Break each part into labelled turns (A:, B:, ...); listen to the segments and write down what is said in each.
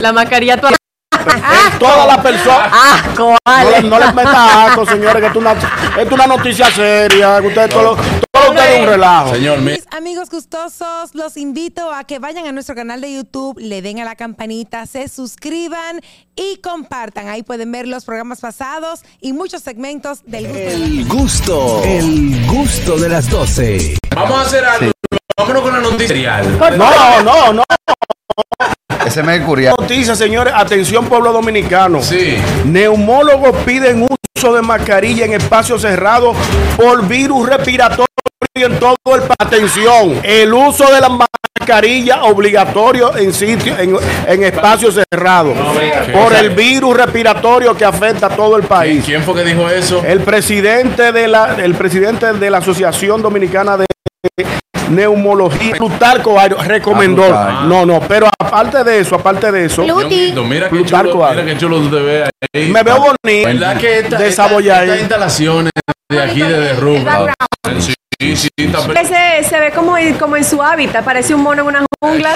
A: La mascarilla tu
B: Todas las personas.
A: asco,
C: Ah,
B: No, le-
A: Ale.
B: no les meta asco, señores, que esto es una, esto es una noticia seria. Que ustedes, todo, lo- todo ustedes es un relajo.
D: Señor, mire.
E: Mis amigos gustosos, los invito a que vayan a nuestro canal de YouTube, le den a la campanita, se suscriban y compartan. Ahí pueden ver los programas pasados y muchos segmentos del gusto. de la-
F: El gusto, el gusto de las 12.
D: Vamos a hacer algo. Vámonos con la noticia. real.
B: No, no, no.
G: Ese mercurial.
B: Noticia, señores. Atención, pueblo dominicano.
D: Sí.
B: Neumólogos piden uso de mascarilla en espacios cerrados por virus respiratorio en todo el país. Atención, el uso de la mascarilla obligatorio en sitio, en, en espacios cerrados por el virus respiratorio que afecta a todo el
D: ¿Y
B: país.
D: quién fue que dijo eso?
B: El presidente de la, el presidente de la Asociación Dominicana de Neumología, Plutarco Arias, recomendó.
G: Ah,
B: No, no, pero aparte de eso, aparte de eso,
D: Ñonguito, mira qué
B: Plutarco
D: chulo, mira
B: Arias.
D: qué chulo tú te ves ahí.
B: me veo bonito.
D: ¿Verdad que esta-
B: De
D: esta-
B: Saboyay.
D: estas instalaciones de aquí de derrumba? Sí, sí, sí, está
B: Pues,
D: pe-
A: Ese se ve como, en- como en su hábitat, parece un mono en una jungla.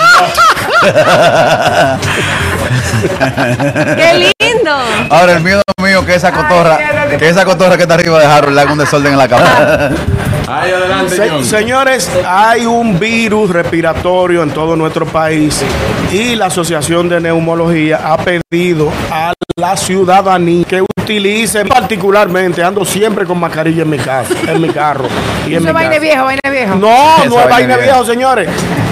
A: ¡Qué lindo!
G: Ahora el miedo mío que esa cotorra, que esa cotorra que está arriba de Harold le haga un desorden en la cabeza.
D: Ay, adelante,
B: Se-
D: Ñongo.
B: señores, hay un virus respiratorio en todo nuestro país y la Asociación de Neumología ha pedido a la ciudadanía que utilice particularmente, ando siempre con mascarilla en mi casa, en mi carro y en mi casa.
A: viejo, vaina viejo.
B: No,
G: Esa
B: no es vaina
G: vaina
B: viejo, señores.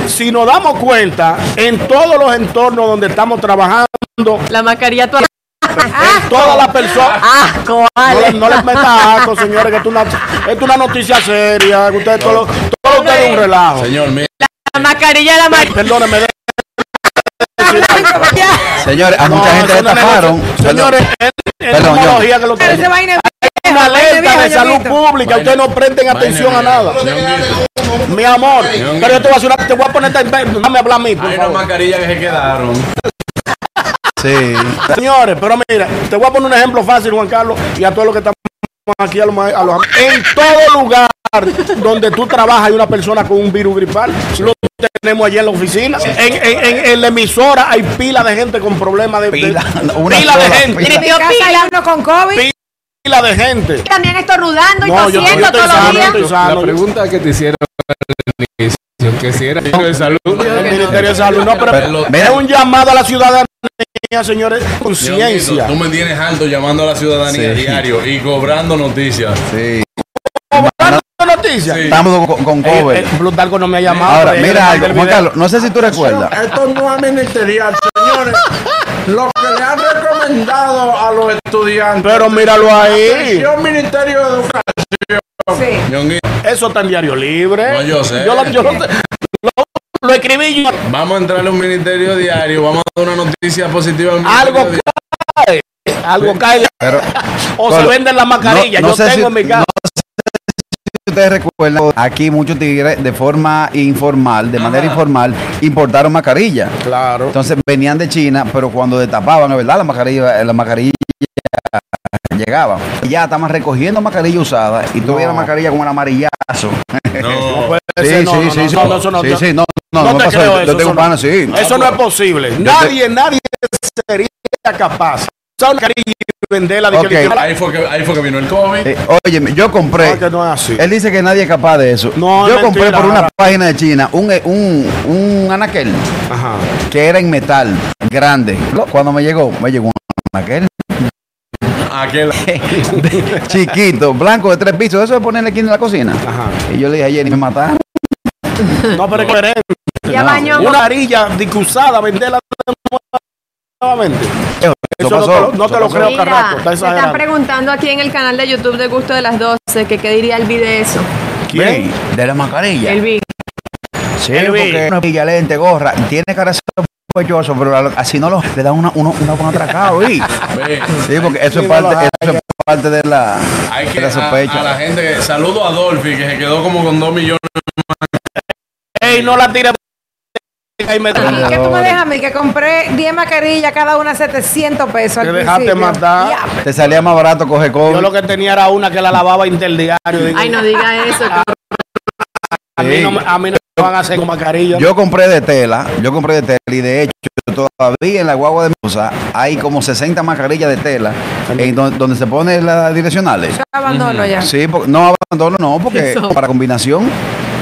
B: Si nos damos cuenta, en todos los entornos donde estamos trabajando,
A: La mascarilla tu
B: todas las personas.
A: asco,
B: No,
A: Ale.
B: le- no les meta asco, señores, que esto es una, esto es una noticia seria. que Ustedes, todo, lo- todo ustedes es un relajo.
D: Señor, mire.
A: La mascarilla la mascarilla.
B: Perdónenme. de-
G: Señores, a
B: No,
G: mucha gente
B: es
G: le
B: una
G: taparon.
B: negocio- Señores, es- es
G: Perdón, yo-
B: tecnología que lo tiene. Hay una alerta de salud pública. Ustedes no prenden atención a nada.
D: Ñonguito.
B: Mi amor,
D: Ñonguito.
B: pero yo te voy a hacer una- te voy a poner esta Dame hablar a mí, por
D: Hay una
B: favor.
D: mascarilla que se quedaron.
G: Sí.
B: Señores, pero mira, te voy a poner un ejemplo fácil, Juan Carlos, y a todos los que estamos aquí, a los, ma- a los- en todo lugar donde tú trabajas hay una persona con un virus gripal. Lo tenemos allí en la oficina. En, en- en- en la emisora hay pila de gente con problemas de, de-
G: Pila, una
B: pila de
G: sola
B: gente.
G: pila.
A: con COVID.
B: Pila de gente.
A: También estornudando
B: No, yo, yo estoy sano, yo estoy sano.
H: La pregunta que te hicieron al inicio, que si era de salud.
B: El Ministerio de Salud. No, pero,
D: Pero-
B: es un llamado a la ciudadanía, señores,
D: Ñonguito,
B: conciencia.
D: Tú me tienes alto llamando a la ciudadanía
G: Sí.
D: diario y cobrando noticias.
G: Sí.
B: noticias?
D: Sí.
G: Estamos con, con cover.
B: Eh, eh, Plutarco no me ha llamado.
G: Ahora,
B: pero
G: mira
B: ahí le mandé
G: algo,
B: el
G: Juan
B: video.
G: Carlos, no sé si tú recuerdas.
I: Esto no es ministerial, señores. Lo que le han recomendado a los estudiantes.
B: Pero míralo ahí.
I: Atención, Ministerio de Educación.
D: Ñonguito,
B: Eso está en diario libre.
D: No, yo sé.
B: lo, yo lo- lo- lo escribí yo.
D: Vamos a entrarle a un ministerio diario. Vamos a dar una noticia positiva. al ministerio
B: Algo
D: diario.
B: cae. Algo cae.
G: Pero
B: O se
G: Carlos,
B: venden las mascarillas.
G: no- no
B: yo
G: sé
B: tengo
G: si-
B: en mi casa.
G: ustedes recuerdan, aquí muchos tigres de forma informal, de manera informal, importaron mascarilla.
B: Claro.
G: Entonces venían de China, pero cuando destapaban, la verdad, la mascarilla, la mascarilla llegaban. Y Ya estaban recogiendo mascarilla usada y tú veías la mascarilla con un amarillazo.
D: No.
B: Ese no, no, no, no, no, eso no,
G: sí,
B: no.
G: sí, no, no,
B: No
G: no me
B: te
G: pasó.
B: creo
G: Yo
B: eso,
G: tengo
B: eso
G: un
B: no.
G: pana, sí.
B: Eso no es posible. Nadie, nadie sería capaz. Usar una mascarilla y venderla. de que-
G: Ok.
B: de que-
D: Ahí fue que, ahí fue que vino el COVID.
G: Eh, óyeme, yo compré.
B: No, Ah, que no es así.
G: Él dice que nadie es capaz de eso.
B: No,
G: yo
B: es
G: compré
B: mentira,
G: por una
B: ahora.
G: página de China un, eh, un, un anaquel
B: Ajá.
G: que era en metal, grande. Lo- Cuando me llegó, me llegó un anaquel
D: Aquel.
G: chiquito, blanco de tres pisos. Eso es ponerle aquí en la cocina.
B: Ajá.
G: Y yo le dije ayer y me mataron.
B: No, pero es coherente.
A: Ya bañó.
B: Una varilla dicusada, venderla nuevamente.
G: Eso,
B: Eso no te
G: pasó,
B: lo- no
G: eso
B: te lo
G: pasó.
B: creo,
C: Mira,
B: Carraco. Está
C: me están
B: exagerando.
C: preguntando aquí en el canal de YouTube de Gusto de las 12 que qué diría el de eso.
B: ¿Quién?
G: Ven, De la mascarilla.
C: El vi.
G: sí,
B: el
G: porque
B: Bill.
G: no pilla lente, gorra. Tiene cara de sospechoso, pero a lo- así no lo le dan una, uno, uno con atracado, ¿sí?
D: Ve,
G: Sí, porque eso
B: Sí,
G: es
B: no lo
G: parte,
B: hay.
G: eso es parte de la,
D: Hay que
G: de la
D: a, a
G: sospecha.
D: la gente. que- Saludo a Dolphy que se quedó como con dos millones.
B: Ey, no la tires. Ahí me
E: ¿Y ¿Qué tú me dejas a mí? Que compré 10 mascarillas, cada una 700 pesos. al
B: Te dejaste
E: principio.
B: matar.
E: Ya.
G: Te salía más barato coger
B: Yo
G: COVID.
B: lo que tenía era una que la lavaba interdiario. Digo,
C: Ay, no diga eso.
B: Ah.
C: que-
B: a, mí no, me- a mí no me van a hacer con mascarilla.
G: Yo compré de tela, yo compré de tela y de hecho todavía en la guagua de mi esposa hay como 60 mascarillas de tela en don- donde, se ponen las direccionales.
C: abandono ya.
G: Sí, porque- no abandono, no, porque
A: Eso.
G: para combinación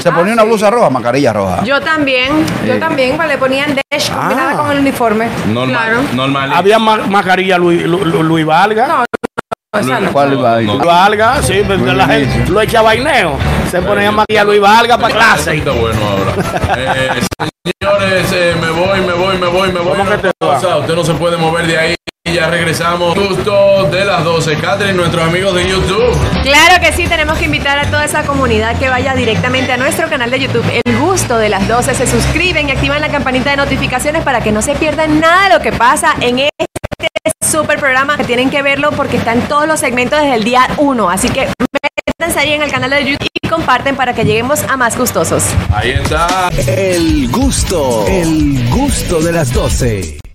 G: se
C: Ah,
G: ponía una
C: sí.
G: blusa roja, mascarilla roja.
C: Yo también.
G: Sí.
C: Yo también, pues, le ponían dash combinada
B: Ah.
C: con el uniforme.
D: Normal.
C: Claro.
D: Normal.
B: Había ma- mascarilla Luis, Lu- Lu- Luis Valga.
C: No, O sea, no.
G: ¿Cuál iba a ir?
D: No,
B: Luis Valga, sí, pero
G: Luis
B: la gente
G: Vinicio.
B: lo echa vaineo. Se ponía
D: yo-
B: mascarilla Luis Valga para
D: Eso
B: clase.
D: está bueno ahora. Eh, señores, eh, me voy, me voy, me voy, me voy.
B: ¿Cómo que te
D: O sea, Usted no se puede mover de ahí. Ya regresamos justo de las 12. Catherine, nuestros amigos de YouTube.
C: Claro que sí, tenemos que invitar a toda esa comunidad que vaya directamente a nuestro canal de YouTube El Gusto de las 12, se suscriben y activan la campanita de notificaciones para que no se pierdan nada de lo que pasa en este super programa. Tienen que verlo porque están todos los segmentos desde el día 1, así que métanse ahí en el canal de YouTube y comparten para que lleguemos a más gustosos.
D: Ahí está.
F: El gusto, el gusto de las 12.